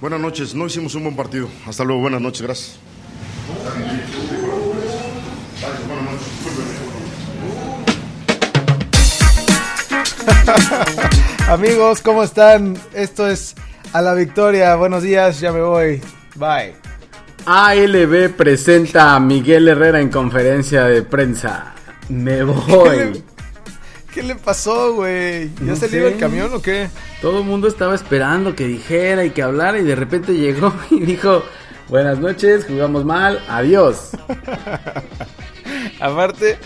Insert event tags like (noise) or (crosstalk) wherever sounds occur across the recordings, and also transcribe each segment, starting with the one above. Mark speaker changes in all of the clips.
Speaker 1: Buenas noches, no hicimos un buen partido. Hasta luego, buenas noches, gracias.
Speaker 2: Amigos, ¿cómo están? Esto es A la Victoria. Buenos días, ya me voy. Bye.
Speaker 3: ALB presenta a Miguel Herrera en conferencia de prensa. Me voy.
Speaker 2: ¿Qué le pasó, güey? ¿Ya
Speaker 3: No
Speaker 2: se le iba
Speaker 3: sé.
Speaker 2: el camión o qué?
Speaker 3: Todo el mundo estaba esperando que dijera y que hablara y de repente llegó (laughs) y dijo, buenas noches, jugamos mal, adiós.
Speaker 2: Aparte,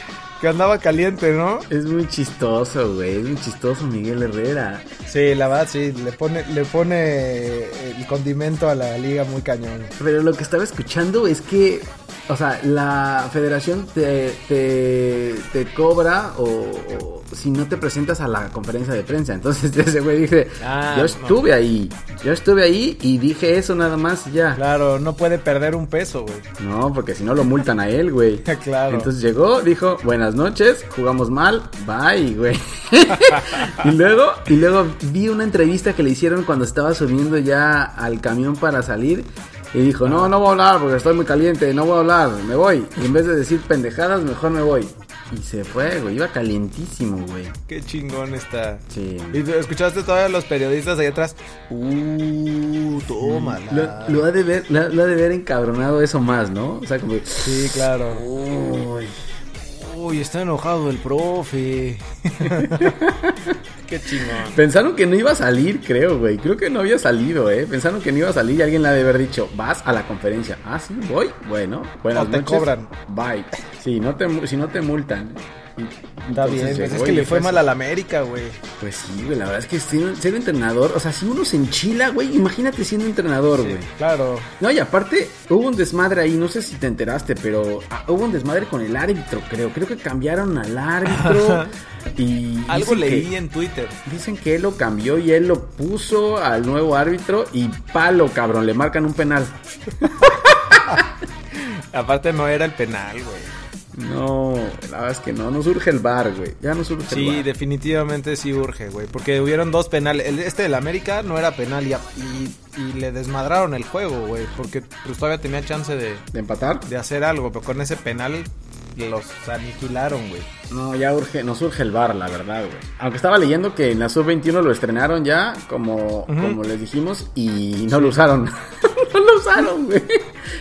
Speaker 2: que andaba caliente, ¿no?
Speaker 3: Es muy chistoso, güey, es muy chistoso Miguel Herrera.
Speaker 2: Sí, la verdad, sí. Le pone, le pone el condimento a la liga muy cañón.
Speaker 3: Pero lo que estaba escuchando es que, o sea, la federación te, te, te cobra o, o si no te presentas a la conferencia de prensa. Entonces (laughs) ese güey dice,
Speaker 2: Ah,
Speaker 3: yo
Speaker 2: no.
Speaker 3: estuve ahí, yo estuve ahí y dije eso nada más y ya.
Speaker 2: Claro, no puede perder un peso, güey.
Speaker 3: No, porque si no lo multan a él, (laughs) güey.
Speaker 2: Claro.
Speaker 3: Entonces llegó, dijo, buenas noches, jugamos mal, bye, güey. (laughs) y luego, y luego vi una entrevista que le hicieron cuando estaba subiendo ya al camión para salir. Y dijo, no, no voy a hablar porque estoy muy caliente, no voy a hablar, me voy. Y en vez de decir pendejadas, mejor me voy. Y se fue, güey, iba calientísimo, güey.
Speaker 2: Qué chingón está.
Speaker 3: Sí.
Speaker 2: ¿Y tú escuchaste todavía a los periodistas ahí atrás? Uh,
Speaker 3: Lo,
Speaker 2: tómala.
Speaker 3: lo ha de ver, lo, ha- lo ha de ver encabronado eso más, ¿no? O sea, como... que,
Speaker 2: Sí, claro.
Speaker 3: "Uy".
Speaker 2: Uy, está enojado el
Speaker 4: (laughs)
Speaker 2: profe. Qué chingón.
Speaker 3: Pensaron que no iba a salir, creo, güey. Creo que no había salido, ¿eh? Pensaron que no iba a salir y alguien le ha de haber dicho, vas a la conferencia. Ah, sí, voy. Bueno, buenas
Speaker 2: No te
Speaker 3: noches.
Speaker 2: cobran.
Speaker 3: Bye. Sí, no te, mu- si no te multan. Y-
Speaker 2: Está
Speaker 3: entonces
Speaker 2: bien, pues
Speaker 3: llegó
Speaker 2: es que
Speaker 3: y
Speaker 2: le
Speaker 3: dijo
Speaker 2: fue
Speaker 3: eso.
Speaker 2: mal a la América, güey.
Speaker 3: Pues sí, güey, la verdad es que ser, ser entrenador, o sea, si uno se enchila, güey, imagínate siendo entrenador,
Speaker 4: Pues,
Speaker 3: güey.
Speaker 2: Claro.
Speaker 3: No, y aparte, hubo un desmadre ahí, no sé si te enteraste, pero ah, hubo un desmadre con el árbitro, creo. Creo que cambiaron al
Speaker 2: (laughs)
Speaker 3: árbitro y...
Speaker 4: Algo
Speaker 3: dicen que-
Speaker 4: leí en Twitter.
Speaker 3: Dicen que él lo cambió y él lo puso al nuevo árbitro y palo, cabrón, le marcan un penal.
Speaker 4: Aparte no era el penal, güey.
Speaker 3: No, la verdad es que no, no surge el bar, güey. Ya no surge el
Speaker 4: Sí,
Speaker 3: bar.
Speaker 4: definitivamente sí urge, güey. Porque hubieron dos penales. El- Este del América no era penal y, a- y- y le desmadraron el juego, güey. Porque pues, todavía tenía chance de,
Speaker 3: ¿De empatar?
Speaker 4: de hacer algo. Pero con ese penal los aniquilaron, güey.
Speaker 3: No, ya urge, no surge el bar, la verdad, güey. Aunque estaba leyendo que en la sub-21 lo estrenaron ya, como, como les dijimos, y no lo usaron. (laughs) no lo usaron, güey.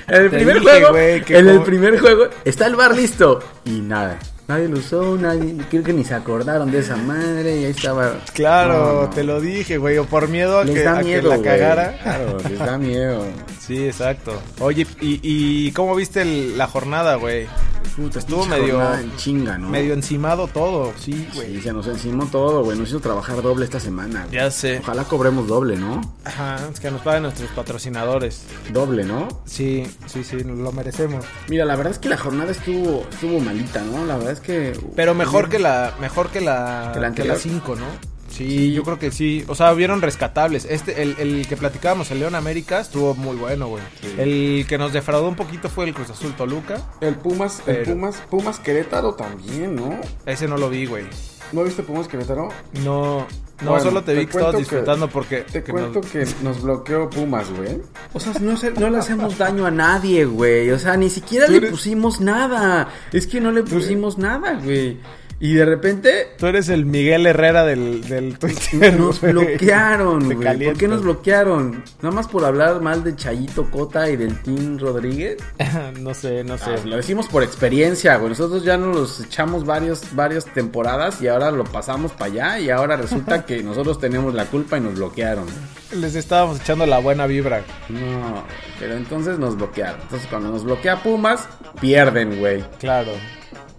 Speaker 3: En el
Speaker 2: Te
Speaker 3: primer
Speaker 2: dije,
Speaker 3: juego,
Speaker 2: güey, que
Speaker 3: en el
Speaker 2: como-
Speaker 3: primer juego, está el bar listo. Y nada, nadie lo usó, nadie, creo que ni se acordaron de esa madre, y ahí estaba.
Speaker 2: Claro,
Speaker 3: No, no.
Speaker 2: te lo dije, güey. O por miedo a,
Speaker 3: les
Speaker 2: que,
Speaker 3: da
Speaker 2: a que
Speaker 3: miedo,
Speaker 2: la
Speaker 3: güey.
Speaker 2: cagara.
Speaker 3: Claro, les da miedo.
Speaker 4: Sí, exacto. Oye, ¿y, y cómo viste el- la jornada, güey?
Speaker 3: Puta,
Speaker 4: Estuvo
Speaker 3: pinche
Speaker 4: medio-
Speaker 3: jornada en chinga, ¿no?
Speaker 4: Medio encimado todo, sí, güey.
Speaker 3: Sí, se nos encimó todo, güey. Nos hizo trabajar doble esta semana. güey.
Speaker 4: Ya sé.
Speaker 3: Ojalá cobremos doble, ¿no?
Speaker 4: Ajá, es que nos pagan nuestros patrocinadores.
Speaker 3: Doble, ¿no?
Speaker 4: Sí, sí, sí, lo merecemos.
Speaker 3: Mira, la verdad es que la jornada estuvo estuvo malita, ¿no? La verdad es que
Speaker 4: Pero mejor que la mejor que la
Speaker 3: ¿Que la
Speaker 4: que la
Speaker 3: anterior?
Speaker 4: 5, ¿no? Sí,
Speaker 3: Sí.
Speaker 4: yo creo que sí. O sea, vieron rescatables. Este el, el que platicábamos, el León América, estuvo muy bueno, güey. El que nos defraudó un poquito fue el Cruz Azul Toluca.
Speaker 3: el Pumas, el
Speaker 4: Pero-
Speaker 3: Pumas, Pumas Querétaro también, ¿no?
Speaker 4: Ese no lo vi, güey.
Speaker 3: ¿No viste Pumas Querétaro?
Speaker 4: No, no
Speaker 3: Bueno,
Speaker 4: solo te vi
Speaker 3: te
Speaker 4: que estabas
Speaker 3: cuento que-
Speaker 4: disfrutando porque
Speaker 3: Te
Speaker 4: que
Speaker 3: cuento
Speaker 4: nos-
Speaker 3: que nos bloqueó Pumas, güey. O sea, no, se- no le hacemos daño a nadie, güey. O sea, ni siquiera le pusimos nada. Es que no le pusimos nada, güey. Y de (laughs) repente
Speaker 4: tú eres el Miguel Herrera del, del Twitter.
Speaker 3: (laughs) nos
Speaker 4: güey.
Speaker 3: bloquearon,
Speaker 4: Te
Speaker 3: güey. ¿Por qué
Speaker 4: calientas.
Speaker 3: nos bloquearon? Nada más por hablar mal de Chayito Cota y del Team Rodríguez.
Speaker 4: (laughs) no sé, no sé.
Speaker 3: Ah, lo decimos por experiencia, güey. Nosotros ya nos los echamos varios, varias temporadas y ahora lo pasamos para allá y ahora (laughs) resulta que nosotros tenemos la culpa y nos bloquearon.
Speaker 4: Les estábamos echando la buena vibra.
Speaker 3: No, pero entonces nos bloquearon. Entonces cuando nos bloquea Pumas, pierden, güey.
Speaker 4: Claro.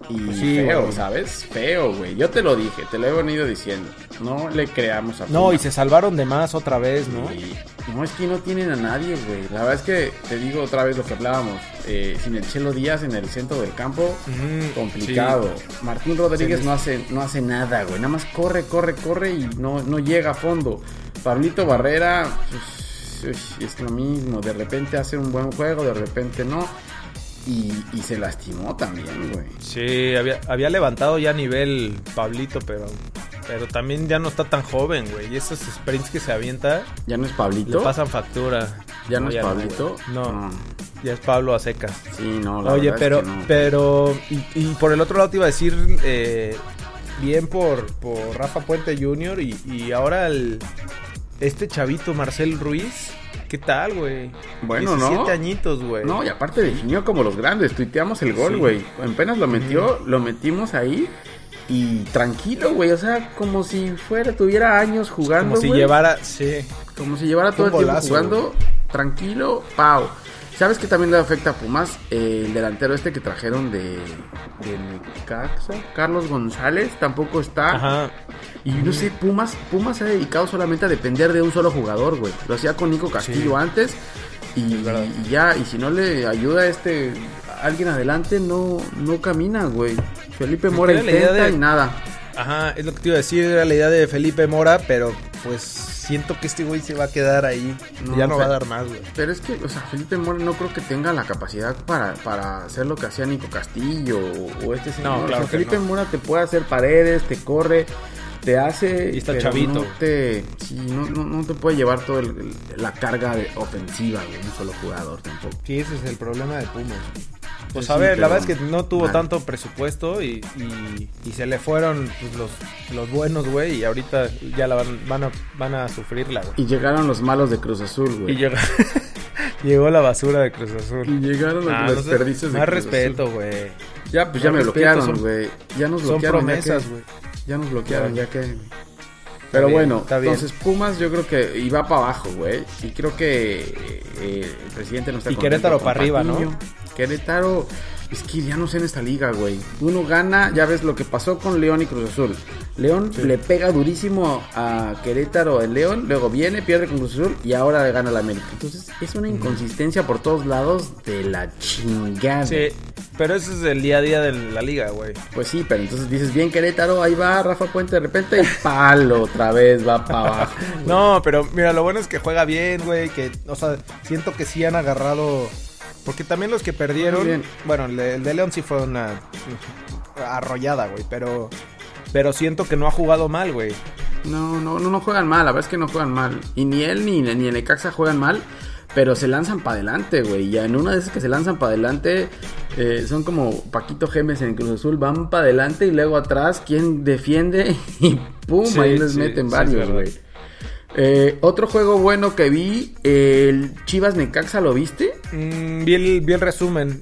Speaker 3: Y
Speaker 4: Pues sí,
Speaker 3: feo,
Speaker 4: güey.
Speaker 3: ¿sabes? Feo, güey. Yo te lo dije, te lo he venido diciendo. No le creamos a Pumas.
Speaker 4: No, y se salvaron de más otra vez, ¿no?
Speaker 3: Y- no, es que no tienen a nadie, güey. La verdad es que te digo otra vez lo que hablábamos. eh, sin el Chelo Díaz en el centro del campo,
Speaker 4: Ujú,
Speaker 3: complicado. Martín Rodríguez no hace, no hace nada, güey. Nada más corre, corre, corre y no, no llega a fondo. Pablito Barrera, pues, uy, es lo mismo. De repente hace un buen juego, de repente no. Y, y se lastimó también, güey.
Speaker 4: Sí, había, había levantado ya nivel Pablito, pero pero también ya no está tan joven, güey. Y esos sprints que se avienta
Speaker 3: Ya no es
Speaker 4: le
Speaker 3: Pablito.
Speaker 4: pasan factura.
Speaker 3: Ya no,
Speaker 4: No,
Speaker 3: es
Speaker 4: ya no,
Speaker 3: Pablito. Ah,
Speaker 4: No. Ya es Pablo a secas.
Speaker 3: Sí, no, la
Speaker 4: Oye,
Speaker 3: verdad es
Speaker 4: pero,
Speaker 3: que no.
Speaker 4: pero, y, y por el otro lado te iba a decir, eh, bien por, por Rafa Puente Jr. y, y ahora el, este chavito Marcel Ruiz, ¿qué tal, güey?
Speaker 3: Bueno, ¿no?
Speaker 4: 17 añitos, güey.
Speaker 3: No, y aparte definió como los grandes. Tuiteamos el gol,
Speaker 4: Sí.
Speaker 3: güey. Apenas lo metió, lo metimos ahí. Y tranquilo, güey. O sea, como si fuera, tuviera años jugando.
Speaker 4: Como si
Speaker 3: güey.
Speaker 4: llevara, sí.
Speaker 3: Como si llevara todo el
Speaker 5: Un
Speaker 3: tiempo
Speaker 5: golazo,
Speaker 3: jugando. Tranquilo, pau. ¿Sabes que también le afecta a Pumas? Eh, el delantero este que trajeron de, de Necaxa, Carlos González, tampoco está.
Speaker 4: Ajá.
Speaker 3: Y no sé, Pumas, Pumas se ha dedicado solamente a depender de un solo jugador, güey. Lo hacía con Nico Castillo antes. Y, y ya, y si no le ayuda a este alguien adelante, no, no camina, güey. Felipe Mora
Speaker 4: Era la idea
Speaker 3: intenta
Speaker 4: de-
Speaker 3: y nada.
Speaker 4: Ajá, es lo que te iba a decir, era la idea de Felipe Mora, pero pues siento que este güey se va a quedar ahí.
Speaker 3: No,
Speaker 4: ya no va a
Speaker 3: Fe-
Speaker 4: dar más, güey.
Speaker 3: Pero es que, o sea, Felipe Mora no creo que tenga la capacidad para, para hacer lo que hacía Nico Castillo o, o este señor. O sea,
Speaker 4: claro que
Speaker 3: Felipe
Speaker 4: no.
Speaker 3: Mora te puede hacer paredes, te corre, te hace.
Speaker 4: Y está
Speaker 3: pero
Speaker 4: chavito.
Speaker 3: No te, sí, no, no- no te puede llevar toda la carga de- ofensiva de un solo jugador tampoco.
Speaker 5: Sí, ese es el problema de Pumas.
Speaker 4: Pues
Speaker 3: Sí,
Speaker 4: a
Speaker 3: sí,
Speaker 4: ver, la
Speaker 3: pero-
Speaker 4: verdad es que no tuvo
Speaker 3: Mal.
Speaker 4: tanto presupuesto y, y- y se le fueron pues, los, los buenos, güey, y ahorita ya la van, van, a, van a sufrirla, güey.
Speaker 3: Y llegaron los malos de Cruz Azul,
Speaker 4: Y
Speaker 3: güey.
Speaker 4: llegó, (laughs) llegó la basura de Cruz Azul.
Speaker 3: Y llegaron los
Speaker 4: Ah, no sé,
Speaker 3: desperdicios de
Speaker 4: más
Speaker 3: Cruz Azul.
Speaker 4: respeto, güey.
Speaker 3: Ya, pues ya
Speaker 4: Más respeto,
Speaker 3: me bloquearon,
Speaker 4: son-
Speaker 3: güey. Ya nos
Speaker 4: Son
Speaker 3: Pues bloquearon. ya
Speaker 4: promesas,
Speaker 3: que-
Speaker 4: güey.
Speaker 3: Ya nos bloquearon, ya que. Pero
Speaker 4: bien,
Speaker 3: bueno,
Speaker 4: está bien.
Speaker 3: entonces Pumas yo creo que iba para abajo, güey. Y creo que eh, el presidente no está
Speaker 4: Y
Speaker 3: contento
Speaker 4: Querétaro
Speaker 3: con
Speaker 4: para arriba, ¿no?
Speaker 3: Patiño. Querétaro, es que ya no sé en esta liga, güey. Uno gana, ya ves lo que pasó con León y Cruz Azul. León le pega durísimo a Querétaro en León, luego viene, pierde con Cruz Azul y ahora le gana la América. Entonces es una inconsistencia por todos lados de la chingada.
Speaker 4: Sí, pero ese es el día a día de la liga, güey.
Speaker 3: Pues sí, pero entonces dices, bien Querétaro, ahí va Rafa Puente de repente y palo otra vez, va para abajo.
Speaker 5: No, pero mira, lo bueno es que juega bien, güey, que, o sea, siento que sí han agarrado, porque también los que perdieron,
Speaker 3: Muy bien.
Speaker 5: bueno, el de, el de León sí fue una arrollada, güey, pero, pero siento que no ha jugado mal, güey.
Speaker 3: No, no, no, no juegan mal, la verdad es que no juegan mal. Y ni él ni, ni el Necaxa juegan mal, pero se lanzan para adelante, güey. Ya en una de esas que se lanzan para adelante, eh, son como Paquito Gemes en Cruz Azul, van para adelante y luego atrás, ¿quién defiende? (laughs) Y pum,
Speaker 4: Sí,
Speaker 3: ahí les
Speaker 4: sí, sí,
Speaker 3: meten
Speaker 4: es
Speaker 3: varios,
Speaker 4: verdad.
Speaker 3: güey. Eh, otro juego bueno que vi, el Chivas Necaxa, ¿lo viste?
Speaker 4: Mm, vi, el, vi el resumen.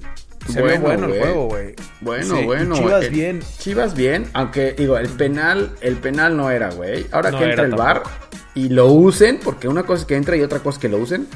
Speaker 4: Se ve
Speaker 3: Bueno,
Speaker 4: bueno
Speaker 3: güey.
Speaker 4: el juego, güey.
Speaker 3: Bueno,
Speaker 4: Sí, y
Speaker 3: bueno. eh,
Speaker 4: Chivas
Speaker 3: el-
Speaker 4: bien.
Speaker 3: Chivas bien, aunque digo, el penal, el penal no era, güey. Ahora
Speaker 4: No
Speaker 3: que entra
Speaker 4: era
Speaker 3: el bar y lo usen, porque una cosa es que entra y otra cosa es que lo usen.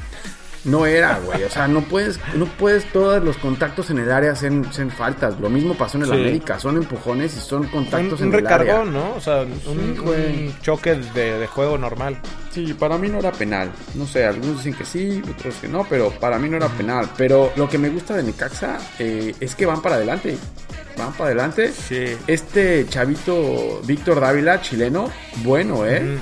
Speaker 3: No era, güey. O sea, no puedes, no puedes todos los contactos en el área ser faltas. Lo mismo pasó en el
Speaker 4: Sí.
Speaker 3: América. Son empujones y son
Speaker 4: Un,
Speaker 3: contactos
Speaker 4: un
Speaker 3: en el área.
Speaker 4: recargón, ¿no? O sea, un,
Speaker 3: güey.
Speaker 4: un choque de, de juego normal.
Speaker 3: Sí, para mí no era penal. No sé, algunos dicen que sí, otros que no, pero para mí no era penal. Pero lo que me gusta de Necaxa eh, es que van para adelante. Van para adelante.
Speaker 4: Sí.
Speaker 3: Este chavito Víctor Dávila, chileno, bueno, ¿eh?
Speaker 5: Mm,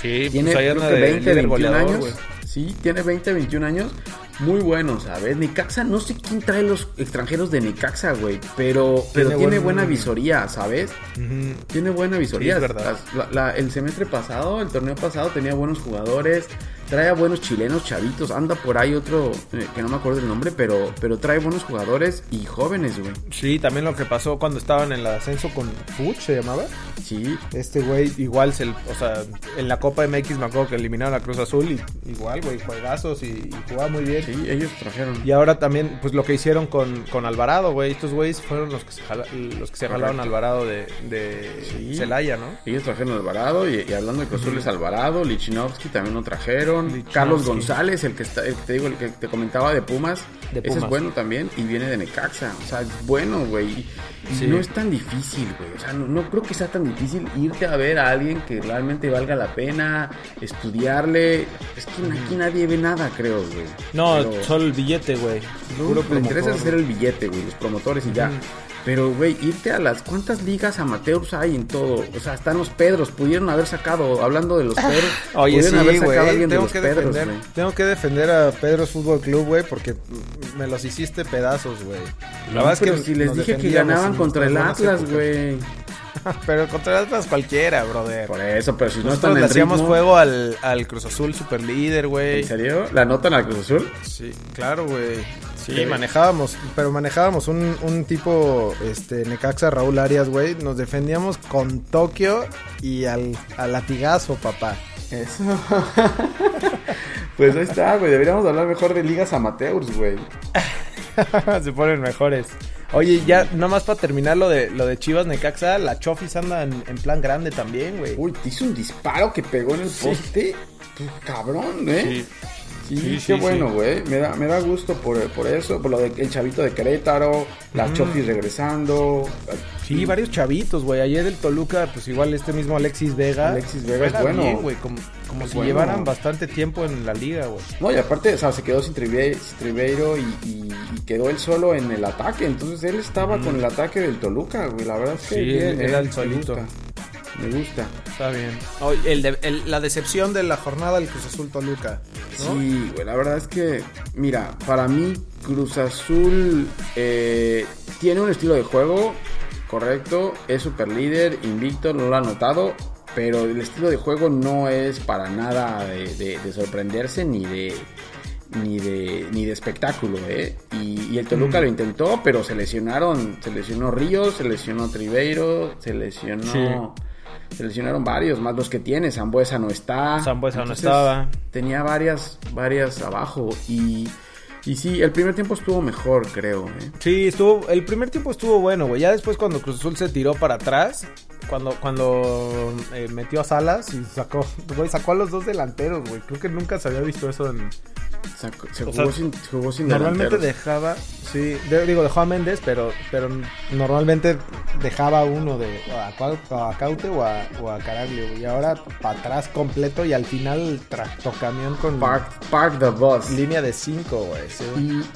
Speaker 4: Sí,
Speaker 5: pues
Speaker 3: Tiene
Speaker 4: Pues ahí
Speaker 3: creo
Speaker 4: anda
Speaker 3: que
Speaker 4: de
Speaker 3: 20,
Speaker 4: líder
Speaker 3: 21
Speaker 4: goleador,
Speaker 3: años.
Speaker 4: güey.
Speaker 3: Sí, tiene 20, 21 años. Muy bueno, ¿sabes? Necaxa, no sé quién trae los extranjeros de Necaxa, güey, pero, pero
Speaker 4: Tiene
Speaker 3: tiene,
Speaker 4: buen-
Speaker 3: buena visoría, ¿sabes?
Speaker 4: Ujú.
Speaker 3: Tiene buena visoría.
Speaker 4: Sí, es verdad.
Speaker 3: Las- la- la- el semestre pasado, el torneo pasado, tenía buenos jugadores. Trae a buenos chilenos, chavitos. Anda por ahí otro, eh, que no me acuerdo el nombre, pero, pero trae buenos jugadores y jóvenes, güey.
Speaker 4: Sí, también lo que pasó cuando estaban en el ascenso con Puch, se llamaba.
Speaker 3: Sí,
Speaker 4: Este güey, igual, se, o sea, en la Copa MX me acuerdo que eliminaron a Cruz Azul. Y, igual, güey, juegazos y, y jugaba muy bien.
Speaker 3: sí, ellos trajeron.
Speaker 4: Y ahora también, pues lo que hicieron con, con Alvarado, güey. Estos güeyes fueron los que se, jala- los que se jalaron a Alvarado de, de
Speaker 3: Sí.
Speaker 4: Celaya, ¿no?
Speaker 3: Ellos trajeron a Alvarado y, y hablando de Cruz Azul es Alvarado, Lichinowski también lo trajeron, Carlos González, el que está, el que te digo, el que te comentaba de Pumas,
Speaker 4: De
Speaker 3: ese es
Speaker 4: Pumas.
Speaker 3: bueno también y viene de Necaxa, o sea, es bueno, güey. Y
Speaker 4: Sí.
Speaker 3: No es tan difícil, güey. O sea, no, no creo que sea tan difícil irte a ver a alguien que realmente valga la pena, estudiarle. Es que aquí nadie ve nada, creo, güey. Pero-
Speaker 4: solo el billete, güey. Puro
Speaker 3: lo único que le interesa es
Speaker 4: promotor,
Speaker 3: hacer el billete, güey, los promotores y ya. Pero, güey, irte a las... ¿Cuántas ligas amateurs hay en todo? O sea, están los Pedros. Pudieron haber sacado, hablando de los Pedros,
Speaker 4: Oye,
Speaker 3: pudieron
Speaker 4: sí,
Speaker 3: haber sacado a
Speaker 4: güey.
Speaker 3: alguien de
Speaker 4: Tengo
Speaker 3: los
Speaker 4: que,
Speaker 3: Pedros,
Speaker 4: defender,
Speaker 3: güey.
Speaker 4: tengo que defender a Pedro's Fútbol Club, güey, porque mm, me los hiciste pedazos, güey. La
Speaker 3: No,
Speaker 4: verdad es
Speaker 3: pero
Speaker 4: que
Speaker 3: si les
Speaker 4: nos
Speaker 3: dije que
Speaker 4: defendíamos
Speaker 3: ganaban
Speaker 4: en
Speaker 3: contra el
Speaker 4: nuestras buenas
Speaker 3: Atlas,
Speaker 4: épocas.
Speaker 3: güey.
Speaker 5: (laughs) Pero contra Atlas cualquiera, brother.
Speaker 3: Por eso, pero si no
Speaker 5: Nosotros
Speaker 3: están
Speaker 5: le
Speaker 3: en
Speaker 5: hacíamos
Speaker 3: ritmo.
Speaker 5: juego al, al Cruz Azul super líder, güey.
Speaker 3: ¿En serio? ¿La notan al Cruz Azul?
Speaker 5: Sí, claro, güey. Sí,
Speaker 3: Sí.
Speaker 5: manejábamos, pero manejábamos un, un tipo, este, Necaxa Raúl Arias, güey. Nos defendíamos con Tokio y al, al latigazo, papá.
Speaker 3: Eso. (laughs) pues ahí está, güey. Deberíamos hablar mejor de ligas amateurs, güey.
Speaker 4: (laughs) Se ponen mejores. Oye, ya nomás para terminar lo de lo de Chivas Necaxa, la Chofis anda en, en plan grande también, güey.
Speaker 3: Uy, te hizo un disparo que pegó en el poste. Pues, Cabrón, ¿eh? Sí,
Speaker 4: Sí,
Speaker 3: qué
Speaker 4: sí,
Speaker 3: bueno, güey. Me, da, me da gusto por, por eso, por lo del chavito de Querétaro, la Chofis regresando.
Speaker 4: Mm. Sí, varios chavitos, güey. Ayer del Toluca, pues igual este mismo Alexis Vega.
Speaker 3: Alexis Vega es
Speaker 4: juega
Speaker 3: bueno.
Speaker 4: bien, güey, como como
Speaker 3: Es
Speaker 4: si
Speaker 3: bueno.
Speaker 4: llevaran bastante tiempo en la liga, güey.
Speaker 3: No, y aparte, o sea, se quedó sin, Tribe- sin Tribeiro y, y- y quedó él solo en el ataque. Entonces él estaba con el ataque del Toluca, güey. La verdad es que
Speaker 4: Mm. Sí,
Speaker 3: bien,
Speaker 4: era
Speaker 3: eh,
Speaker 4: el
Speaker 3: me
Speaker 4: solito.
Speaker 3: gusta, Me gusta.
Speaker 4: Está bien.
Speaker 5: la decepción de la jornada del Cruz Azul Toluca.
Speaker 3: Sí, güey, la verdad es que, mira, para mí Cruz Azul eh, tiene un estilo de juego correcto, es super líder, invicto, no lo ha notado, pero el estilo de juego no es para nada de, de- de sorprenderse ni de... Ni de, ni de espectáculo, ¿eh? Y, y el Toluca lo intentó, pero se lesionaron. Se lesionó Ríos, se lesionó Tribeiro, se lesionó. Se lesionaron varios, más los que tiene. Zambuesa no está.
Speaker 4: Sambuesa no
Speaker 3: Entonces,
Speaker 4: estaba.
Speaker 3: Tenía varias, varias abajo. Y, y sí, el primer tiempo estuvo mejor, creo. ¿eh?
Speaker 4: Sí, estuvo, el primer tiempo estuvo bueno, güey. Ya después cuando Cruz Azul se tiró para atrás, cuando, cuando eh, metió a Salas y sacó, güey, sacó a los dos delanteros, güey. Creo que nunca se había visto eso en...
Speaker 3: Sacó- se,
Speaker 4: O
Speaker 3: jugó
Speaker 4: sea,
Speaker 3: sin, se jugó sin
Speaker 4: Normalmente
Speaker 3: delanteros.
Speaker 4: dejaba, sí, de- digo, dejó a Méndez, pero, pero normalmente dejaba a uno de a, Cau- a Caute o a, o a Caraglio, güey. Y ahora para atrás completo y al final tractocamión con
Speaker 3: Park, park the bus.
Speaker 4: línea de cinco, güey. sí.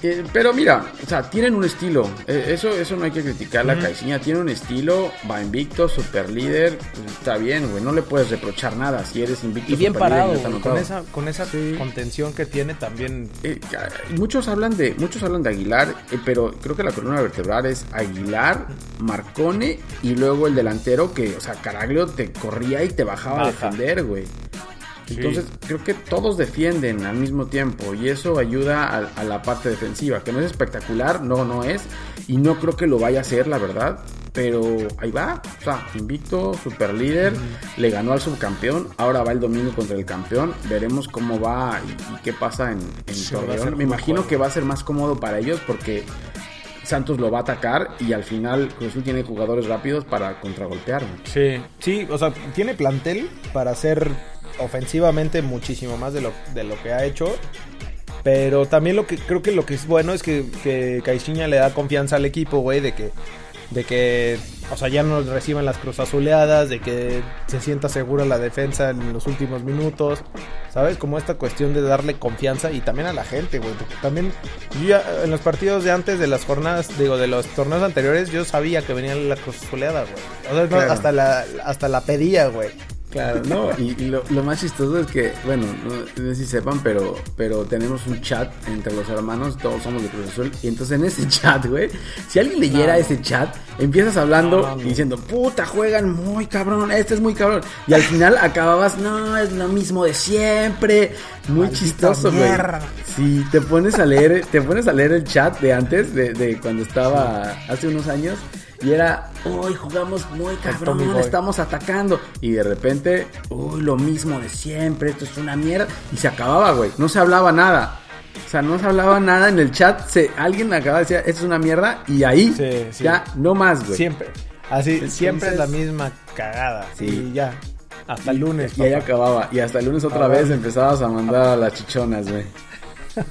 Speaker 3: Y, eh, pero mira, o sea, tienen un estilo. Eh, eso, eso no hay que criticar. La Caixinha tiene un estilo. Va invicto, super líder. Está bien, güey. No le puedes reprochar nada si eres invicto.
Speaker 4: Y bien
Speaker 3: superlíder
Speaker 4: parado,
Speaker 3: no está
Speaker 4: güey,
Speaker 3: anotado.
Speaker 4: con esa, con esa contención que tiene también.
Speaker 3: Eh, ca- muchos hablan de muchos hablan de Aguilar, eh, pero creo que la columna vertebral es Aguilar, Marcone y luego el delantero que, o sea, Caraglio te corría y te bajaba a
Speaker 4: Baja.
Speaker 3: defender, güey. Entonces, creo que todos defienden al mismo tiempo y eso ayuda a, a la parte defensiva, que no es espectacular, no, no es, y no creo que lo vaya a hacer, la verdad, pero ahí va, o sea, invicto, super líder, le ganó al subcampeón, ahora va el domingo contra el campeón, veremos cómo va y, y qué pasa en, en
Speaker 4: Sí, va a
Speaker 3: Torreón.
Speaker 4: ser
Speaker 3: Me
Speaker 4: un
Speaker 3: imagino
Speaker 4: juego.
Speaker 3: que va a ser más cómodo para ellos porque Santos lo va a atacar y al final Cruz Azul tiene jugadores rápidos para contragolpear. güey.
Speaker 4: Sí. Sí, o sea, tiene plantel para hacer ofensivamente muchísimo más de lo, de lo que ha hecho. Pero también lo que creo que lo que es bueno es que, que Caixinha le da confianza al equipo, güey, de que, de que, o sea, ya no reciben las cruz azuleadas, de que se sienta segura la defensa en los últimos minutos, ¿sabes? Como esta cuestión de darle confianza y también a la gente, güey, porque también yo ya en los partidos de antes de las jornadas, digo, de los torneos anteriores, yo sabía que venía la cruz azuleada, güey. O sea, no,
Speaker 3: Claro.
Speaker 4: hasta, la, hasta la pedía, güey.
Speaker 3: Claro, (laughs) no, y, y lo, lo más chistoso es que, bueno, no, no sé si sepan, pero, pero tenemos un chat entre los hermanos, todos somos de Cruz Azul, y entonces en ese (laughs) chat, güey, si alguien leyera ese chat, empiezas hablando y diciendo, puta, juegan muy cabrón, este es muy cabrón, y al final acababas, no, es lo mismo de siempre, muy chistoso, güey.
Speaker 4: mierda.
Speaker 3: Si te pones a leer, te pones a leer el chat de antes, de, de cuando estaba hace unos años, y era, hoy jugamos muy cabrón,
Speaker 4: Tommy Boy.
Speaker 3: estamos atacando. Y de repente, uy, lo mismo de siempre, esto es una mierda. Y se acababa, güey. No se hablaba nada. O sea, no se hablaba nada en el chat. Se, alguien acaba de decir, esto es una mierda. Y ahí,
Speaker 4: Sí, sí.
Speaker 3: ya, no más, güey.
Speaker 4: Siempre. Así,
Speaker 3: Entonces-
Speaker 4: siempre es la misma cagada.
Speaker 3: Sí.
Speaker 4: Y ya. Hasta el lunes.
Speaker 3: Y ahí
Speaker 4: papá.
Speaker 3: acababa. Y hasta el lunes otra vez empezabas a mandar a las chichonas, güey. (laughs)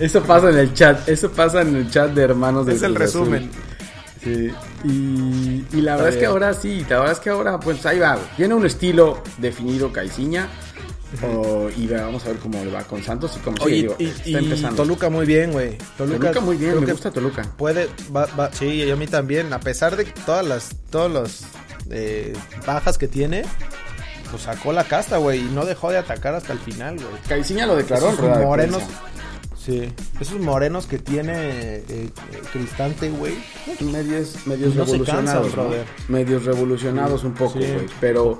Speaker 3: eso pasa en el chat. Eso pasa en el chat de hermanos del
Speaker 5: Es el
Speaker 3: Cruz Azul.
Speaker 5: resumen.
Speaker 3: Sí, y, y la verdad es que ahora sí, la verdad es que ahora pues ahí va, güey. tiene un estilo definido Caiciña y ve- vamos a ver cómo le va con Santos y cómo sigue,
Speaker 4: Oye,
Speaker 3: digo,
Speaker 4: y,
Speaker 3: está
Speaker 4: y
Speaker 3: empezando.
Speaker 4: Toluca muy bien, güey. Toluca,
Speaker 3: Toluca muy bien,
Speaker 4: creo
Speaker 3: me
Speaker 4: que
Speaker 3: gusta Toluca.
Speaker 4: Puede, va, va- sí, y a mí también. A pesar de todas las, todas las eh, bajas que tiene, pues sacó la casta, güey. Y no dejó de atacar hasta el final, güey.
Speaker 3: Caiciña lo declaró en
Speaker 4: Esos
Speaker 3: rueda de
Speaker 4: morenos.
Speaker 3: prensa.
Speaker 4: Sí. Esos morenos que tiene eh, eh, Cristante, güey.
Speaker 3: Medios, medios
Speaker 4: No se
Speaker 3: revolucionados,
Speaker 4: cansan,
Speaker 3: ¿no?
Speaker 4: brother.
Speaker 3: Medios revolucionados un poco,
Speaker 4: Sí.
Speaker 3: güey. Pero,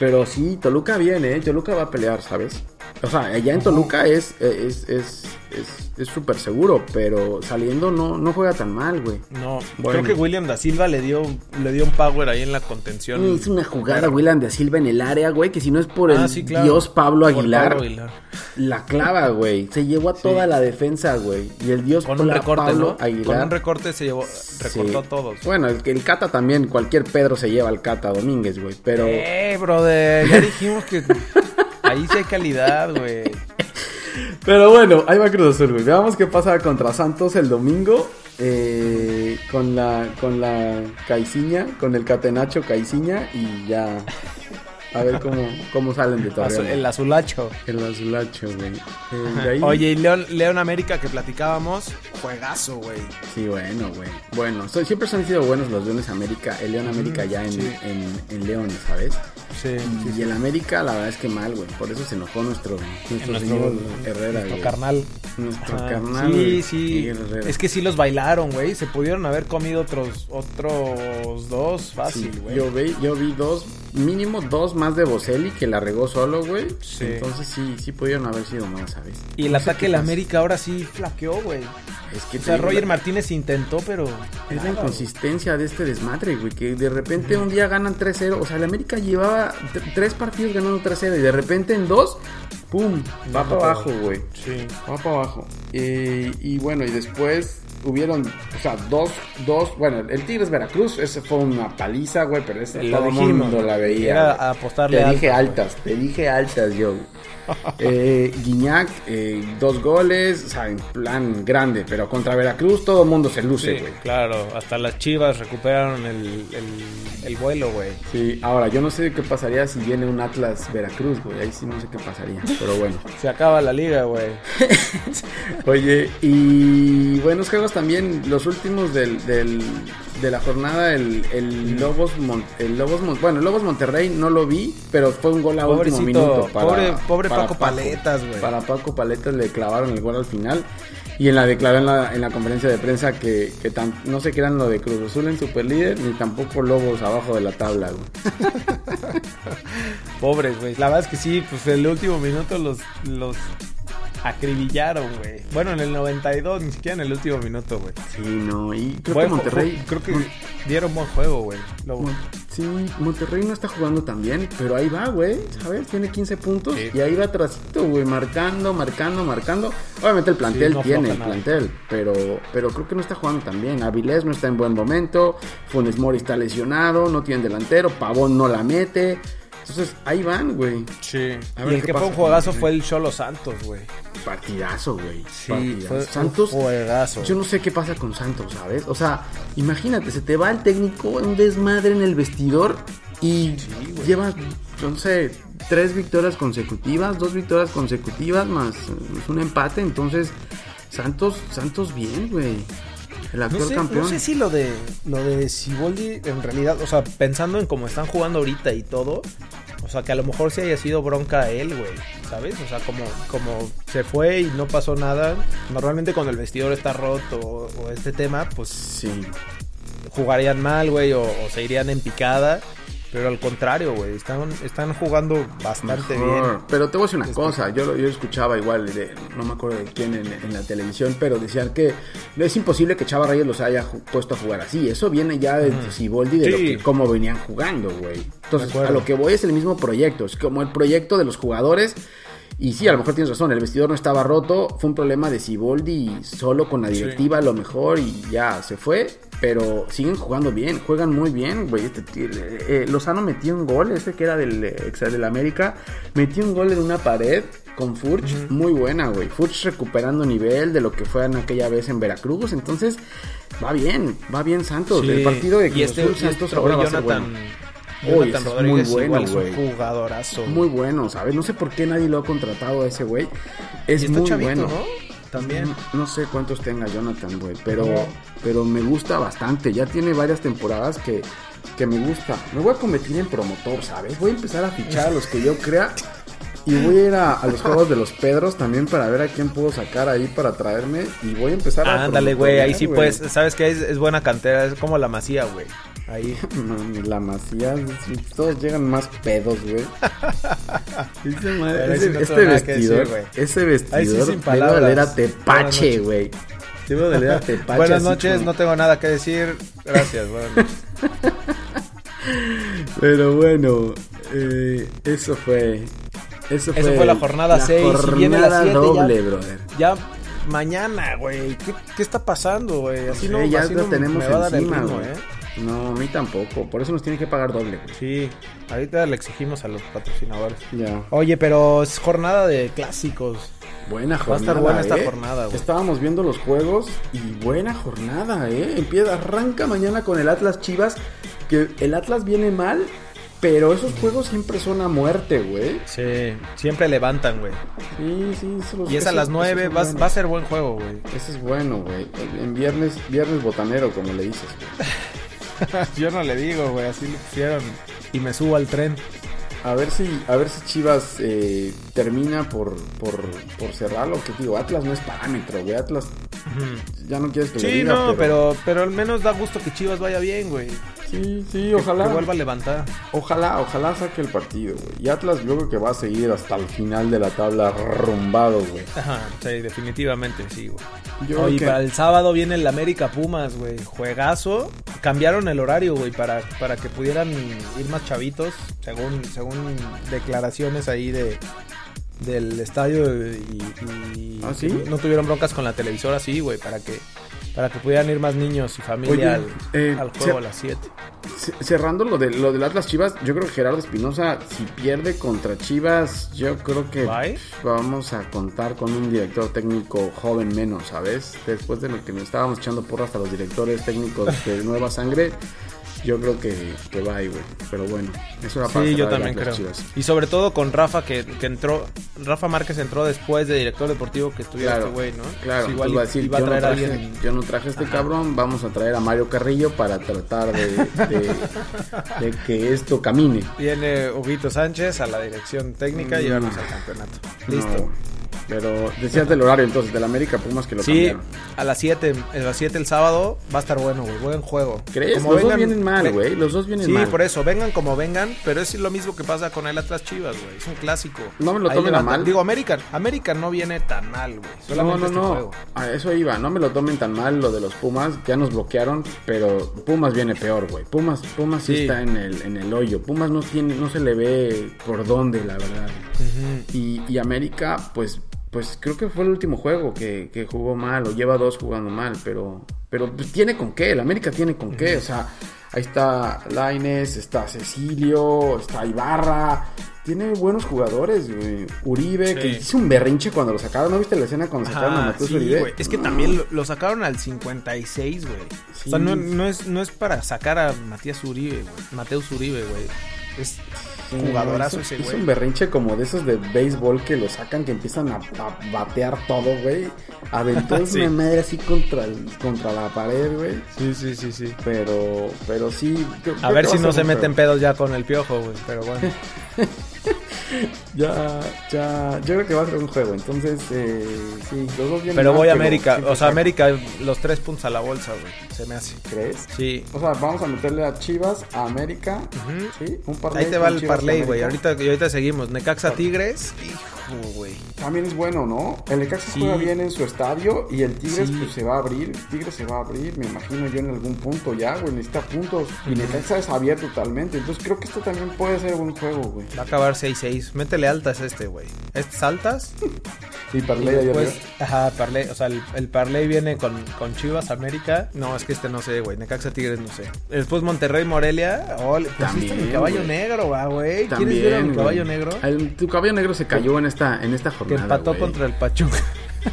Speaker 3: pero sí, Toluca viene, ¿eh? Toluca va a pelear, ¿sabes? O sea, allá en Toluca es es es es es súper seguro, pero saliendo no no juega tan mal, güey.
Speaker 4: No,
Speaker 3: Bueno.
Speaker 4: creo que William da Silva le dio, le dio un power ahí en la contención.
Speaker 3: Hizo una jugada, Willan de Silva en el área, güey, que si no es por
Speaker 4: Ah,
Speaker 3: Mm, el
Speaker 4: sí, claro.
Speaker 3: dios Pablo
Speaker 4: Por
Speaker 3: Aguilar,
Speaker 4: Pablo Aguilar.
Speaker 3: la clava, güey. Se llevó a toda la defensa, güey. Y el dios
Speaker 4: Con un
Speaker 3: Pla-
Speaker 4: recorte,
Speaker 3: Pablo
Speaker 4: ¿no?
Speaker 3: Aguilar.
Speaker 4: Con un recorte se llevó, recortó a
Speaker 3: Sí.
Speaker 4: todos.
Speaker 3: Bueno, el, el Cata también, cualquier Pedro se lleva al Cata Domínguez, güey. Pero
Speaker 4: Eh, brother, ya dijimos que (laughs) ahí sí hay calidad, güey.
Speaker 3: Pero bueno, ahí va Cruz Azul, güey. Veamos qué pasa contra Santos el domingo. eh, con la con la Caiciña, con el Catenacho Caiciña y ya. A ver cómo, cómo salen de todo.
Speaker 4: Azul- el
Speaker 3: El,
Speaker 4: azulacho.
Speaker 3: azulacho, güey. Eh, de ahí-
Speaker 4: Oye, y León, León América que platicábamos, juegazo, güey.
Speaker 3: Sí, bueno, güey. Bueno, so- siempre han sido buenos los Leones América. El León América ya en, en, en León, ¿sabes?
Speaker 4: Sí,
Speaker 3: Y el América, la verdad es que mal, güey. Por eso se enojó nuestro, nuestro,
Speaker 4: nuestro-
Speaker 3: señor Herrera,
Speaker 4: nuestro
Speaker 3: güey.
Speaker 4: carnal.
Speaker 3: Nuestro
Speaker 4: Ajá.
Speaker 3: carnal.
Speaker 4: Sí,
Speaker 3: güey.
Speaker 4: sí.
Speaker 3: Miguel Herrera.
Speaker 4: Es que sí los bailaron, güey. Se pudieron haber comido otros, otros dos
Speaker 3: Sí,
Speaker 4: fácil, güey.
Speaker 3: yo, vi, yo vi dos, mínimo dos más de Boselli que la regó solo, güey.
Speaker 4: Sí.
Speaker 3: Entonces sí, sí pudieron haber sido más, ¿sabes?
Speaker 4: Y el ataque de la América ahora sí flaqueó, güey.
Speaker 3: Es que
Speaker 4: O
Speaker 3: te
Speaker 4: sea,
Speaker 3: digo,
Speaker 4: Roger
Speaker 3: la-
Speaker 4: Martínez intentó, pero.
Speaker 3: Es la
Speaker 4: nada,
Speaker 3: inconsistencia de este desmadre, güey, que de repente un día ganan 3-0. O sea, el América llevaba t- tres partidos ganando 3-0 y de repente en dos, ¡pum! Va para abajo, güey.
Speaker 4: Sí.
Speaker 3: Va para abajo. Eh, y bueno, y después hubieron, o sea, dos, dos, bueno, el Tigres Veracruz, ese fue una paliza, güey, pero ese
Speaker 4: Lo
Speaker 3: todo el
Speaker 4: dijimos.
Speaker 3: mundo la veía.
Speaker 4: Era
Speaker 3: güey.
Speaker 4: apostarle
Speaker 3: Te
Speaker 4: alto,
Speaker 3: dije
Speaker 4: güey.
Speaker 3: altas, te dije altas yo. güey. Eh, Guiñac, eh, dos goles, o sea, en plan grande, pero contra Veracruz todo el mundo se luce,
Speaker 4: Sí,
Speaker 3: güey.
Speaker 4: claro. Hasta las chivas recuperaron el, el- el vuelo, güey.
Speaker 3: Sí, ahora yo no sé qué pasaría si viene un Atlas Veracruz, güey, ahí sí no sé qué pasaría, pero bueno.
Speaker 4: Se acaba la liga, güey.
Speaker 3: Oye, y buenos juegos también, los últimos del, del- de la jornada, el, el Lobos, Mon- el Lobos Mon- bueno, el Lobos Monterrey no lo vi, pero fue un gol a último
Speaker 4: Pobrecito,
Speaker 3: minuto.
Speaker 4: pobre- pobre Paco Paletas, güey.
Speaker 3: Para Paco Paletas le clavaron el gol al final. Y en la declaró en la, en la conferencia de prensa que, que tan- no se crean lo de Cruz Azul en Superlíder, ni tampoco Lobos abajo de la tabla, güey.
Speaker 4: Pobres, güey. La verdad es que sí, pues el último minuto los, los acribillaron, güey. Bueno, en el 92, ni siquiera en el último minuto, güey.
Speaker 3: Sí, no, y creo
Speaker 4: Buen
Speaker 3: que
Speaker 4: ju-
Speaker 3: Monterrey...
Speaker 4: ju- Creo que dieron buen juego, güey. Lo-
Speaker 3: Mon- Sí, Monterrey no está jugando tan bien, pero ahí va, güey. ¿Sabes? Tiene 15 puntos y ahí va trasito, güey. Marcando, marcando, marcando. Obviamente el plantel
Speaker 4: no
Speaker 3: tiene, el
Speaker 4: afloja nada.
Speaker 3: plantel, pero, pero creo que no está jugando tan bien. Avilés no está en buen momento. Funes Mori está lesionado, no tiene delantero. Pavón no la mete. Entonces ahí van, güey.
Speaker 4: Sí.
Speaker 3: A ver
Speaker 4: Y el
Speaker 3: qué
Speaker 4: que fue
Speaker 3: pasa
Speaker 4: un
Speaker 3: con
Speaker 4: jugazo
Speaker 3: Monterrey.
Speaker 4: fue el Cholo Santos, güey.
Speaker 3: Partidazo, güey.
Speaker 4: Sí,
Speaker 3: Partidazo.
Speaker 4: fue un
Speaker 3: Santos.
Speaker 4: juegazo.
Speaker 3: Yo no sé qué pasa con Santos, ¿sabes? O sea, imagínate, se te va el técnico, un desmadre en el vestidor y llevas, no sé, tres victorias consecutivas, dos victorias consecutivas más, más un empate. Entonces, Santos, Santos bien, güey. El
Speaker 4: No
Speaker 3: actual
Speaker 4: sé,
Speaker 3: campeón.
Speaker 4: no sé si lo de lo de Siboldi en realidad, o sea, pensando en cómo están jugando ahorita y todo, o sea, que a lo mejor sí haya sido bronca a él, güey, ¿sabes? O sea, como como se fue y no pasó nada. Normalmente cuando el vestidor está roto o, o este tema, pues
Speaker 3: Sí.
Speaker 4: jugarían mal, güey, o, o se irían en picada. Pero al contrario, güey, están, están jugando bastante
Speaker 3: Mejor.
Speaker 4: bien. Este,
Speaker 3: Pero te voy a decir una cosa, yo, lo- yo escuchaba igual, de, no me acuerdo de quién en, en la televisión, pero decían que es imposible que Chava Reyes los haya ju- puesto a jugar así. Eso viene ya de Siboldi, de lo
Speaker 4: Sí.
Speaker 3: que- cómo venían jugando, güey. Entonces,
Speaker 4: acuerdo.
Speaker 3: a lo que voy es el mismo proyecto, es como el proyecto de los jugadores. Y sí, a lo mejor tienes razón, el vestidor no estaba roto, fue un problema de Siboldi solo con la directiva a lo mejor y ya se fue, pero siguen jugando bien, juegan muy bien, güey. Este tío, eh, eh, Lozano metió un gol, este que era del, eh, ex- del América, metió un gol en una pared con Furch, muy buena, güey. Furch recuperando nivel de lo que fue en aquella vez en Veracruz, entonces va bien, va bien Santos.
Speaker 4: Sí,
Speaker 3: el partido de
Speaker 4: y
Speaker 3: Cruz
Speaker 4: este,
Speaker 3: Azul,
Speaker 4: y
Speaker 3: Santos
Speaker 4: este
Speaker 3: ahora va a ser
Speaker 4: Jonathan,
Speaker 3: bueno. Uy, ese
Speaker 4: Jonathan
Speaker 3: es muy
Speaker 4: Rodríguez
Speaker 3: bueno,
Speaker 4: igual es un
Speaker 3: güey.
Speaker 4: jugadorazo. güey.
Speaker 3: Muy bueno, ¿sabes? No sé por qué nadie lo ha contratado a ese güey. Es
Speaker 4: Y está
Speaker 3: muy
Speaker 4: chavito,
Speaker 3: bueno.
Speaker 4: ¿no? También.
Speaker 3: No, no sé cuántos tenga Jonathan, güey, pero, pero me gusta bastante. Ya tiene varias temporadas que, que me gusta. Me voy a convertir en promotor, ¿sabes? Voy a empezar a fichar a los que yo crea Y voy a ir a, a los juegos de los Pedros también para ver a quién puedo sacar ahí para traerme. Y voy a empezar a.
Speaker 4: Ándale, güey, ahí sí
Speaker 3: promotorear,
Speaker 4: pues, sabes que es, es buena cantera, es como la masía, güey.
Speaker 3: (laughs)
Speaker 4: Ahí.
Speaker 3: Mami, la masía, todos llegan más pedos, (laughs) güey. Ese ma-
Speaker 4: Pero ahí
Speaker 3: ese-
Speaker 4: sí no
Speaker 3: este
Speaker 4: tengo nada que
Speaker 3: vestidor,
Speaker 4: decir, güey.
Speaker 3: ese
Speaker 4: Ahí sí,
Speaker 3: vestidor
Speaker 4: sin
Speaker 3: debe
Speaker 4: palabras.
Speaker 3: oler a
Speaker 4: Buenas
Speaker 3: tepache,
Speaker 4: noches.
Speaker 3: güey. Debe oler a
Speaker 4: (laughs)
Speaker 3: tepache.
Speaker 4: Buenas
Speaker 3: así
Speaker 4: noches,
Speaker 3: como-
Speaker 4: no tengo nada que decir. Gracias, buenas noches. (laughs)
Speaker 3: Pero bueno, eh, eso fue. Eso fue,
Speaker 4: Eso fue la jornada seis, y viene la
Speaker 3: jornada
Speaker 4: siete ya.
Speaker 3: doble, brother.
Speaker 4: Ya mañana, güey. ¿Qué, qué está pasando, güey? Así
Speaker 3: Sí,
Speaker 4: no,
Speaker 3: Eh, ya
Speaker 4: así
Speaker 3: la
Speaker 4: no
Speaker 3: tenemos
Speaker 4: me va a dar el
Speaker 3: encima,
Speaker 4: ritmo,
Speaker 3: güey.
Speaker 4: ¿eh?
Speaker 3: No, a mí tampoco. Por eso nos tienen que pagar doble, güey.
Speaker 4: Sí, ahorita le exigimos a los patrocinadores.
Speaker 3: Ya.
Speaker 4: Oye, pero es jornada de clásicos.
Speaker 3: Buena jornada.
Speaker 4: Va a estar buena esta
Speaker 3: ¿eh?
Speaker 4: jornada, güey.
Speaker 3: Estábamos viendo los juegos y buena jornada, ¿eh? Empieza, arranca mañana con el Atlas Chivas. Que el Atlas viene mal, pero esos juegos siempre son a muerte, güey.
Speaker 4: Sí, siempre levantan, güey.
Speaker 3: Sí, Pues sí, esos los-
Speaker 4: Y es a
Speaker 3: esos-
Speaker 4: las 9,
Speaker 3: esos
Speaker 4: va, va a
Speaker 3: son buenos.
Speaker 4: ser buen juego, güey.
Speaker 3: Ese es bueno, güey. En- En viernes, viernes botanero, como le dices. güey.
Speaker 4: (laughs) Yo no le digo, güey, así lo pusieron. Y me subo al tren.
Speaker 3: A ver si, a ver si Chivas eh, termina por, por, por cerrarlo. Que digo, Atlas no es parámetro, güey. Atlas, ya no quieres que le
Speaker 4: Sí,
Speaker 3: diga,
Speaker 4: no, pero, pero al menos da gusto que Chivas vaya bien, güey.
Speaker 3: Sí, sí,
Speaker 4: Que-
Speaker 3: ojalá.
Speaker 4: Que vuelva a levantar.
Speaker 3: Ojalá, ojalá saque el partido, güey. Y Atlas yo creo que va a seguir hasta el final de la tabla rumbado, güey.
Speaker 4: (laughs) Ajá, sí, definitivamente, sí, güey.
Speaker 3: Yo
Speaker 4: Oye,
Speaker 3: creo
Speaker 4: para
Speaker 3: que...
Speaker 4: el sábado viene el América Pumas, güey. Juegazo. Cambiaron el horario, güey, para, para que pudieran ir más chavitos, según, según declaraciones ahí de del estadio y, y-
Speaker 3: ¿Ah, sí?
Speaker 4: no tuvieron broncas con la televisora, sí, güey, para que para que pudieran ir más niños y
Speaker 3: Oye,
Speaker 4: familia al,
Speaker 3: eh,
Speaker 4: al juego
Speaker 3: se-
Speaker 4: a las 7.
Speaker 3: C- Cerrando lo, de, lo del Atlas Chivas, yo creo que Gerardo Espinosa, si pierde contra Chivas, yo creo que
Speaker 4: Bye.
Speaker 3: pff, vamos a contar con un director técnico joven menos, ¿sabes? Después de lo que nos estábamos echando porras a los directores técnicos
Speaker 4: (laughs)
Speaker 3: de Nueva Sangre, yo creo que, que va ahí, güey. Pero bueno, eso era para
Speaker 4: Sí, yo
Speaker 3: cerrar el
Speaker 4: también creo.
Speaker 3: Atlas Chivas.
Speaker 4: Y sobre todo con Rafa que, que entró, Rafa Márquez entró después de director deportivo que estuviera
Speaker 3: Claro,
Speaker 4: este güey, ¿no?
Speaker 3: Claro,
Speaker 4: Pues
Speaker 3: igual
Speaker 4: igual
Speaker 3: iba a decir,
Speaker 4: iba a
Speaker 3: yo, no
Speaker 4: traer a
Speaker 3: traje,
Speaker 4: alguien
Speaker 3: yo no traje a este cabrón, vamos a traer a Mario Carrillo para tratar de, de- de que esto camine.
Speaker 4: Viene Huguito Sánchez a la dirección técnica y
Speaker 3: Mm.
Speaker 4: vamos al campeonato.
Speaker 3: No,
Speaker 4: Listo.
Speaker 3: pero decías del horario entonces, del América Pumas que lo
Speaker 4: Sí,
Speaker 3: cambiaron.
Speaker 4: a las 7, a las 7 el sábado va a estar bueno, güey. Buen juego.
Speaker 3: ¿Crees?
Speaker 4: Como
Speaker 3: los dos
Speaker 4: vengan-
Speaker 3: vienen mal,
Speaker 4: ve-
Speaker 3: güey, los dos vienen
Speaker 4: Sí,
Speaker 3: mal.
Speaker 4: por eso, vengan como vengan, pero es lo mismo que pasa con el Atlas Chivas, güey. Es un clásico.
Speaker 3: No me lo
Speaker 4: Ahí
Speaker 3: tomen a
Speaker 4: levantan.
Speaker 3: mal.
Speaker 4: Digo, América, América no viene tan mal, güey.
Speaker 3: No,
Speaker 4: Solamente
Speaker 3: no,
Speaker 4: este
Speaker 3: no,
Speaker 4: juego.
Speaker 3: a eso iba, no me lo tomen tan mal lo de los Pumas, ya nos bloquearon, pero Pumas viene peor, güey. Pumas, Pumas sí,
Speaker 4: Sí.
Speaker 3: está en el, en el hoyo, Pumas no tiene, no se le ve por dónde, la verdad. Y, y América, pues, pues creo que fue el último juego que, que jugó mal, o lleva dos jugando mal, pero, pero pues, tiene con qué, el América tiene con qué, o sea, ahí está Laines, está Cecilio, está Ibarra, tiene buenos jugadores, güey. Uribe, que
Speaker 4: Sí.
Speaker 3: hizo un berrinche cuando lo sacaron, ¿no viste la escena cuando sacaron a
Speaker 4: Ah,
Speaker 3: Matheus
Speaker 4: sí,
Speaker 3: Uribe?
Speaker 4: güey. Es que
Speaker 3: No.
Speaker 4: también lo, lo sacaron al 56, güey.
Speaker 3: Sí.
Speaker 4: O sea, no, no es, no es para sacar a Matías Uribe, güey. Mateus Uribe, güey. Es
Speaker 3: Sí,
Speaker 4: jugadorazo
Speaker 3: hizo-
Speaker 4: ese,
Speaker 3: Hizo un
Speaker 4: güey.
Speaker 3: berrinche como de esos de béisbol que lo sacan, que empiezan a, a batear todo, güey. Aventó
Speaker 4: (laughs) Sí.
Speaker 3: una madre así contra, el- contra la pared, güey.
Speaker 4: Sí, sí, sí, sí.
Speaker 3: Pero, pero sí. creo-
Speaker 4: A
Speaker 3: creo
Speaker 4: ver
Speaker 3: que
Speaker 4: si
Speaker 3: va
Speaker 4: no
Speaker 3: ser
Speaker 4: se
Speaker 3: muy
Speaker 4: meten
Speaker 3: feo.
Speaker 4: pedos ya con el piojo, güey. Pero
Speaker 3: (laughs)
Speaker 4: bueno.
Speaker 3: Ya, ya. Yo creo que va a ser un juego. Entonces, eh, sí, los dos vienen
Speaker 4: Pero
Speaker 3: mal,
Speaker 4: voy a América.
Speaker 3: siempre
Speaker 4: O sea,
Speaker 3: sacan.
Speaker 4: América, los tres puntos a la bolsa, güey. Se me hace.
Speaker 3: ¿Crees?
Speaker 4: Sí.
Speaker 3: O sea, vamos a meterle a Chivas, a América.
Speaker 4: Ujú.
Speaker 3: Sí, un parlay
Speaker 4: Ahí te
Speaker 3: con
Speaker 4: va el
Speaker 3: Chivas,
Speaker 4: parlay,
Speaker 3: con
Speaker 4: güey.
Speaker 3: América.
Speaker 4: Ahorita, y ahorita seguimos. Necaxa Tigres. Hijo, güey.
Speaker 3: También es bueno, ¿no? El Necaxa
Speaker 4: Sí.
Speaker 3: juega bien en su estadio y el Tigres
Speaker 4: Sí.
Speaker 3: pues, se va a abrir. Tigres se va a abrir, me imagino yo en algún punto ya, güey. Necesita puntos. Y Necaxa es abierto totalmente. Entonces creo que esto también puede ser buen juego, güey.
Speaker 4: Va a acabar 6-6. Métele altas este, güey. ¿Estas altas?
Speaker 3: Y
Speaker 4: Y
Speaker 3: Parley allá
Speaker 4: después,
Speaker 3: arriba.
Speaker 4: ajá, parlay, o sea, el, el parlay viene con, con Chivas América. No, es que este no sé, güey. Necaxa Tigres no sé. Después Monterrey Morelia. Ole, pues pusiste
Speaker 3: También,
Speaker 4: mi caballo
Speaker 3: güey.
Speaker 4: negro, va, güey. ¿Quieres ver a mi
Speaker 3: güey.
Speaker 4: caballo negro?
Speaker 3: El- tu caballo negro se cayó en esta, en esta
Speaker 4: Que
Speaker 3: jornada.
Speaker 4: empató
Speaker 3: güey.
Speaker 4: contra el Pachuca.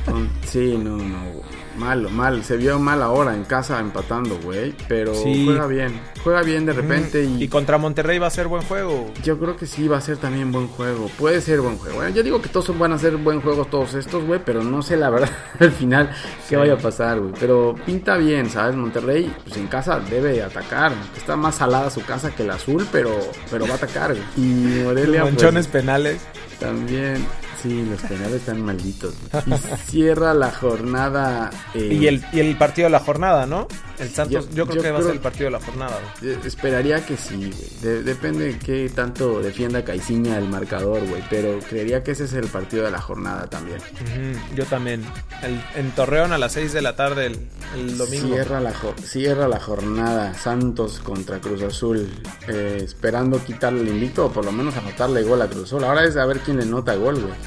Speaker 3: Con- Sí, no, no. güey. Malo, mal. Se vio mal ahora en casa empatando, güey. Pero
Speaker 4: Sí.
Speaker 3: juega bien. Juega bien de repente
Speaker 4: (laughs) Y contra Monterrey va a ser buen juego.
Speaker 3: Yo creo que sí va a ser también buen juego. Puede ser buen juego. Bueno, yo digo que todos van a ser buen juego todos estos, güey, pero no sé la verdad (laughs) al final qué vaya a pasar, güey. Pero pinta bien, ¿sabes? Monterrey, pues en casa debe atacar. Está más salada su casa que el azul, pero, pero va a atacar, güey. Y Morelia. pues,
Speaker 4: Manchones penales.
Speaker 3: También, sí, los penales están malditos. güey. Y cierra la jornada. eh,
Speaker 4: Y el, y el partido de la jornada, ¿no? El Santos,
Speaker 3: Yo-
Speaker 4: yo, creo
Speaker 3: yo
Speaker 4: que va a ser
Speaker 3: creo-
Speaker 4: el partido de la jornada. güey.
Speaker 3: eh, Esperaría que sí, güey. De- depende de qué tanto defienda Caiciña el marcador, güey. Pero creería que ese es el partido de la jornada también.
Speaker 4: Ujú, yo también. El- en Torreón a las 6 de la tarde el, el domingo.
Speaker 3: Cierra la, jo- cierra la jornada Santos contra Cruz Azul, eh, esperando quitarle el invicto o por lo menos anotarle gol a Cruz Azul. Ahora es a ver quién le nota gol, güey.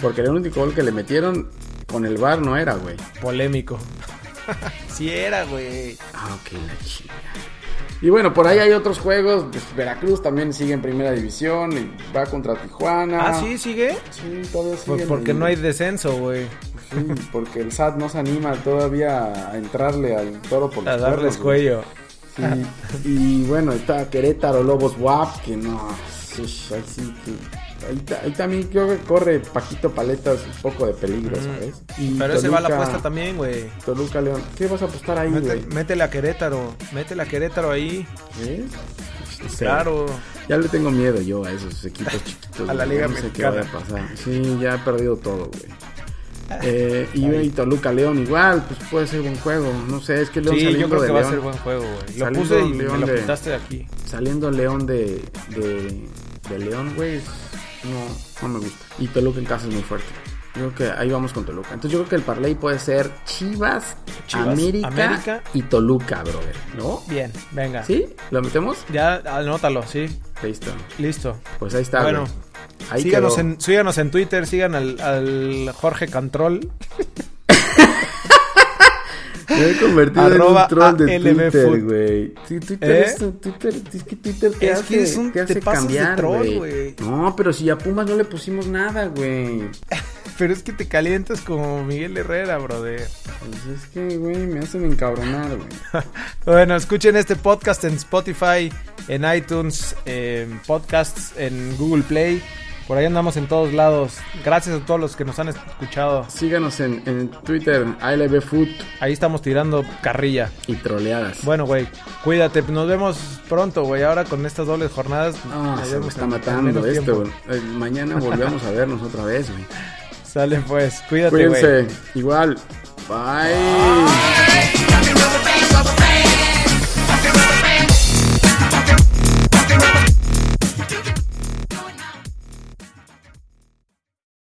Speaker 3: Porque el único gol que le metieron con el VAR no era, güey.
Speaker 4: (laughs) Polémico. si era, güey.
Speaker 3: Ah, ok, la chica. Y bueno, por ahí hay otros juegos. pues, Veracruz también sigue en primera división y va contra Tijuana.
Speaker 4: Ah, sí, sigue.
Speaker 3: Sí, todavía
Speaker 4: Pues
Speaker 3: siguen
Speaker 4: porque
Speaker 3: en-
Speaker 4: no hay descenso, güey.
Speaker 3: Sí, porque el SAT no se anima todavía a entrarle al toro por
Speaker 4: A
Speaker 3: los
Speaker 4: darles
Speaker 3: cuernos, güey.
Speaker 4: cuello.
Speaker 3: Sí, y bueno, está Querétaro, Lobos WAP, que no. ush, ahí sí que- ahí, ta- ahí también creo que corre Paquito Paletas un poco de peligro, ¿sabes? Y
Speaker 4: Pero ese va la
Speaker 3: Toluca-
Speaker 4: apuesta también, güey.
Speaker 3: Toluca León. ¿Qué vas a apostar ahí,
Speaker 4: Mete-
Speaker 3: güey?
Speaker 4: Métele a Querétaro. Métele a Querétaro ahí.
Speaker 3: ¿Eh?
Speaker 4: Claro.
Speaker 3: Ya le tengo miedo yo a esos equipos chiquitos.
Speaker 4: A la
Speaker 3: güey.
Speaker 4: Liga
Speaker 3: No sé
Speaker 4: Mexicana.
Speaker 3: qué vaya a pasar. Sí, ya he perdido todo, güey.
Speaker 4: (laughs)
Speaker 3: Eh, y, y Toluca León igual, pues puede ser buen juego. No sé, es que León
Speaker 4: Sí, yo
Speaker 3: saliendo
Speaker 4: creo
Speaker 3: de
Speaker 4: que va a
Speaker 3: León-
Speaker 4: ser buen juego, güey. Lo
Speaker 3: Saliendo
Speaker 4: puse y me
Speaker 3: León
Speaker 4: lo
Speaker 3: de-
Speaker 4: apuntaste de aquí.
Speaker 3: Saliendo León de, de, de León, güey, es- no, no me gusta. Y Toluca en casa es muy fuerte. Yo creo que ahí vamos con Toluca. Entonces yo creo que el parlay puede ser Chivas,
Speaker 4: Chivas,
Speaker 3: América,
Speaker 4: América.
Speaker 3: y Toluca, brother. ¿No?
Speaker 4: Bien, venga.
Speaker 3: ¿Sí? ¿Lo metemos?
Speaker 4: Ya, anótalo, sí.
Speaker 3: Listo.
Speaker 4: Listo.
Speaker 3: Pues ahí está.
Speaker 4: Bueno,
Speaker 3: güey. Ahí
Speaker 4: síganos,
Speaker 3: quedó.
Speaker 4: en, síganos en Twitter, sigan al, al Jorge Cantrol.
Speaker 3: Me he convertido
Speaker 4: Arroba
Speaker 3: en un troll de
Speaker 4: ALB
Speaker 3: Twitter,
Speaker 4: Food.
Speaker 3: güey. Sí, Twitter
Speaker 4: ¿Eh?
Speaker 3: es un- Twitter, es que Twitter te
Speaker 4: Es
Speaker 3: hace,
Speaker 4: que es un-
Speaker 3: te hace
Speaker 4: te pasas de
Speaker 3: cambiar,
Speaker 4: troll,
Speaker 3: güey.
Speaker 4: güey.
Speaker 3: No, pero si a Pumas no le pusimos nada, güey.
Speaker 4: (laughs) Pero es que te calientas como Miguel Herrera, brother.
Speaker 3: Pues es que, güey, me hacen encabronar, güey.
Speaker 4: Bueno, escuchen este podcast en Spotify, en iTunes, en podcasts, en Google Play. Por ahí andamos en todos lados. Gracias a todos los que nos han escuchado.
Speaker 3: Síganos en, en Twitter, ALBFood
Speaker 4: Ahí estamos tirando carrilla.
Speaker 3: y troleadas.
Speaker 4: Bueno, güey, cuídate. Nos vemos pronto, güey. Ahora con estas dobles jornadas.
Speaker 3: Ah,
Speaker 4: nos
Speaker 3: se me
Speaker 4: vemos
Speaker 3: está
Speaker 4: en- en
Speaker 3: matando
Speaker 4: menos
Speaker 3: esto.
Speaker 4: tiempo.
Speaker 3: güey. Eh, mañana volvemos a vernos otra vez,
Speaker 4: (laughs)
Speaker 3: güey.
Speaker 4: Sale pues, cuídate, güey. Ah.
Speaker 3: Cuídense. Igual. Bye.
Speaker 6: Got me rubber bands, rubber bands.